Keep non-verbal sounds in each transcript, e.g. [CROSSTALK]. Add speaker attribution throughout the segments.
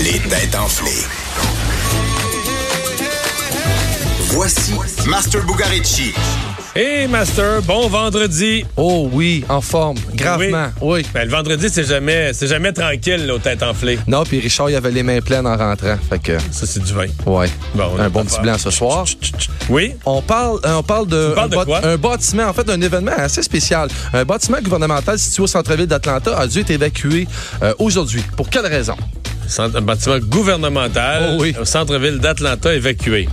Speaker 1: Les têtes enflées. Voici Master Bugarici.
Speaker 2: Hey Master, bon vendredi.
Speaker 3: Oh oui, en forme, gravement. Oui.
Speaker 2: Ben, le vendredi, c'est jamais, c'est jamais tranquille là, aux têtes enflées.
Speaker 3: Non, puis Richard, il avait les mains pleines en rentrant. Fait que,
Speaker 2: Ça, c'est du vin.
Speaker 3: ouais.
Speaker 2: Bon, on a
Speaker 3: un bon
Speaker 2: pas
Speaker 3: petit
Speaker 2: peur.
Speaker 3: blanc ce soir.
Speaker 2: Oui?
Speaker 3: On parle, euh, on parle de,
Speaker 2: Tu parles
Speaker 3: un,
Speaker 2: de quoi?
Speaker 3: un bâtiment, en fait, d'un événement assez spécial. Un bâtiment gouvernemental situé au centre-ville d'Atlanta a dû être évacué euh, aujourd'hui. Pour quelle raison?
Speaker 2: Centre- un bâtiment gouvernemental
Speaker 3: Oh oui.
Speaker 2: au centre-ville d'Atlanta évacué.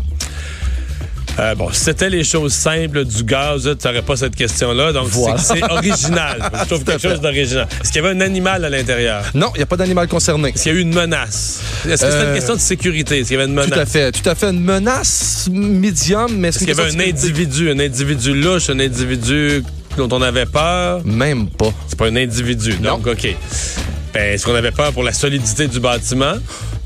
Speaker 2: Euh, bon, si c'était les choses simples, du gaz, tu n'aurais pas cette question-là. Donc, c'est-
Speaker 3: Voilà.
Speaker 2: c'est
Speaker 3: [LAUGHS]
Speaker 2: original. Je trouve quelque chose d'original. Est-ce qu'il y avait un animal à l'intérieur?
Speaker 3: Non, il n'y a pas d'animal concerné.
Speaker 2: Est-ce qu'il y a eu une menace? Est-ce que c'était une
Speaker 3: Euh,
Speaker 2: question de sécurité? Est-ce qu'il y avait une menace?
Speaker 3: Tout à fait. Tout à fait une menace médium, mais est-ce
Speaker 2: Est-ce qu'il y avait
Speaker 3: une
Speaker 2: un
Speaker 3: question de-
Speaker 2: individu, un individu louche, un individu dont on avait peur?
Speaker 3: Même pas.
Speaker 2: C'est pas un individu,
Speaker 3: Non.
Speaker 2: donc OK. Ben, est-ce qu'on avait peur pour la solidité du bâtiment?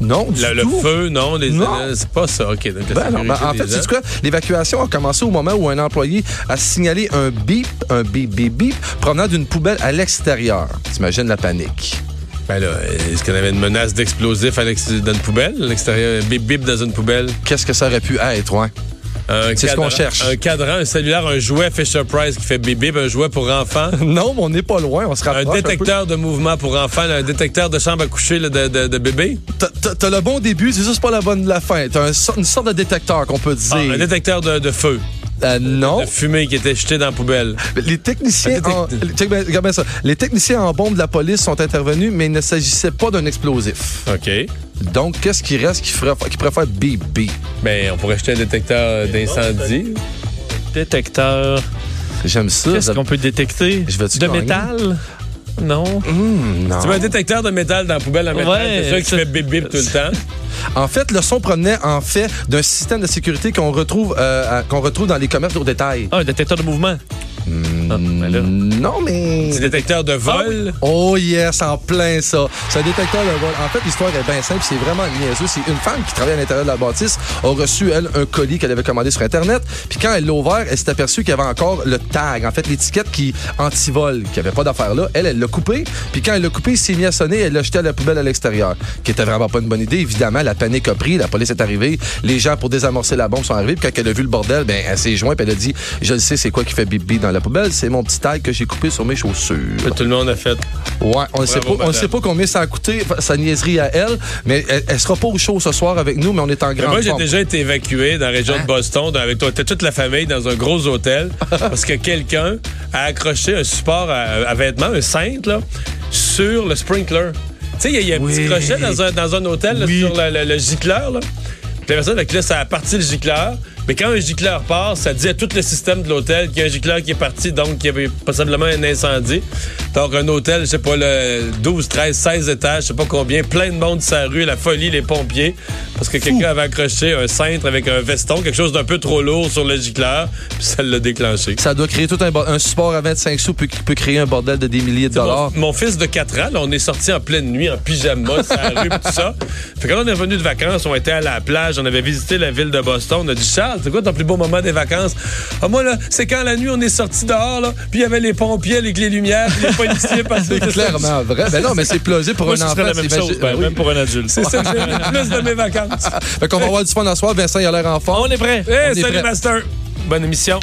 Speaker 3: Non, du
Speaker 2: Le, le
Speaker 3: tout.
Speaker 2: feu, non? les- euh,
Speaker 3: Non.
Speaker 2: C'est pas ça, OK. donc la
Speaker 3: Ben non, ben,
Speaker 2: sécurité
Speaker 3: en
Speaker 2: des
Speaker 3: fait,
Speaker 2: gens.
Speaker 3: c'est quoi? L'évacuation a commencé au moment où un employé a signalé un bip, un bip, bip, bip, provenant d'une poubelle à l'extérieur. T'imagines la panique.
Speaker 2: Ben là, est-ce qu'on avait une menace d'explosif à l'ex- dans une poubelle? À l'extérieur, un bip bip dans une poubelle?
Speaker 3: Qu'est-ce que ça aurait pu être, ouais? [LAUGHS]
Speaker 2: Un
Speaker 3: C'est ce
Speaker 2: cadran-
Speaker 3: qu'on cherche.
Speaker 2: Un cadran, un cellulaire, un jouet Fisher Price qui fait bip bip, un jouet pour
Speaker 3: [LAUGHS]
Speaker 2: enfants.
Speaker 3: Non, mais on n'est pas loin, on se
Speaker 2: Un
Speaker 3: rapproche. peu.
Speaker 2: détecteur de mouvement pour enfants, là, un détecteur de chambre à coucher là, de, de- de bébé.
Speaker 3: T'as- T'as t'as le bon début, c'est juste pas la bonne la fin. T'as un sor- une sorte de détecteur qu'on peut dire.
Speaker 2: Ah, un détecteur de, de feu,
Speaker 3: Euh, non.
Speaker 2: de fumée qui était jetée dans la poubelle.
Speaker 3: Les techniciens,
Speaker 2: Un
Speaker 3: en,
Speaker 2: détecteur.
Speaker 3: check bien- regarde bien ça. Les techniciens en bombe de la police sont intervenus, mais il ne s'agissait pas d'un explosif.
Speaker 2: OK.
Speaker 3: Donc, qu'est-ce qui reste qui, ferait, qui pourrait faire bip, bip?
Speaker 2: Ben, on pourrait jeter un détecteur d'incendie.
Speaker 4: Détecteur.
Speaker 3: J'aime ça.
Speaker 4: Qu'est-ce qu'on peut détecter?
Speaker 3: Je vais-tu
Speaker 4: De
Speaker 3: gagner?
Speaker 4: métal? Non.
Speaker 3: Hmm, non.
Speaker 2: Tu veux un détecteur de métal dans la poubelle à métal,
Speaker 4: Ouais,
Speaker 2: c'est sûr qui
Speaker 4: ça-
Speaker 2: fait bip bip tout le temps.
Speaker 3: En fait, le son provenait en fait d'un système de sécurité qu'on retrouve, euh, à- qu'on retrouve dans les commerces au détail.
Speaker 4: Ah, un détecteur de mouvement.
Speaker 3: Hmm.
Speaker 4: Ah, ben là.
Speaker 3: Non, mais...
Speaker 2: Petit détecteur de vol.
Speaker 3: Oh yes, en plein ça. C'est un détecteur de vol. En fait, l'histoire est bien simple, c'est vraiment niaiseux. C'est une femme qui travaille à l'intérieur de la bâtisse a reçu, elle, un colis qu'elle avait commandé sur Internet. Puis quand elle l'a ouvert, elle s'est aperçue qu'il y avait encore le tag, en fait, l'étiquette qui anti-vol, qui avait pas d'affaire là. Elle, elle l'a coupé. Puis quand elle l'a coupé, il s'est mis à sonner, elle l'a jeté à la poubelle à l'extérieur, qui était vraiment pas une bonne idée. Évidemment, la panique a pris, la police est arrivée, les gens pour désamorcer la bombe sont arrivés. Puis quand elle a vu le bordel, ben, elle s'est jointe, puis elle a dit, je le sais, c'est quoi qui fait bibi dans la poubelle? C'est mon petit tag que j'ai coupé sur mes chaussures.
Speaker 2: Tout le monde a fait.
Speaker 3: Ouais, on ne sait pas,
Speaker 2: Bravo,
Speaker 3: on le
Speaker 2: madame.
Speaker 3: sait pas combien ça a coûté fa- sa niaiserie à elle, mais elle, elle sera pas au show ce soir avec nous, mais on est en
Speaker 2: Mais
Speaker 3: grande
Speaker 2: moi, j'ai
Speaker 3: forme.
Speaker 2: déjà été évacué dans la région de Boston dans- avec toi. T'es toute la famille dans un gros [LAUGHS] hôtel parce que quelqu'un a accroché un support à, à vêtements, un cintre, là, sur le sprinkler. Tu sais, il y a- il y a, un
Speaker 3: Oui.
Speaker 2: petit crochet dans un, dans un hôtel là, sur le, le- le gicleur. Là. Puis la personne, fait que là, ça a parti le gicleur. Mais quand un gicleur part, ça dit à tout le système de l'hôtel qu'il y a un gicleur qui est parti, donc qu'il y avait possiblement un incendie. Donc, un hôtel, je sais pas, le 12, 13, 16 étages, je sais pas combien, plein de monde sur la rue, la folie, les pompiers, parce que quelqu'un avait accroché un cintre avec un veston, quelque chose d'un peu trop lourd sur le gicleur, puis ça l'a déclenché.
Speaker 3: Ça doit créer tout un, bo- un support à 25 sous puis qui peut créer un bordel de des milliers de dollars.
Speaker 4: [LAUGHS]
Speaker 2: Mon, mon fils de 4 ans, là, on est sorti en pleine nuit, en pyjama, sur la rue, pis tout ça. Fait que quand on est revenu de vacances, on était à la plage, on avait visité la ville de Boston. On a dit, Charles, c'est quoi ton plus beau moment des vacances? Ah, moi, là, c'est quand la nuit, on est sorti dehors, là, puis il y avait les pompiers avec les lumières, puis les policiers
Speaker 4: [LAUGHS]
Speaker 2: passaient.
Speaker 3: C'est clairement vrai. Ben non, mais c'est plausible pour
Speaker 4: Moi,
Speaker 3: un
Speaker 4: ce
Speaker 3: enfant.
Speaker 4: serait la même
Speaker 3: c'est
Speaker 4: chose,
Speaker 3: imagi-
Speaker 4: ben,
Speaker 3: oui.
Speaker 4: même pour un adulte.
Speaker 2: C'est ça que j'ai aimé le plus de mes vacances.
Speaker 4: [LAUGHS]
Speaker 3: Fait qu'on va avoir du fun ce soir. Vincent, il a l'air en forme.
Speaker 4: On est prêt.
Speaker 2: Hey,
Speaker 3: On est
Speaker 2: salut,
Speaker 3: prêt.
Speaker 2: Master. Bonne émission.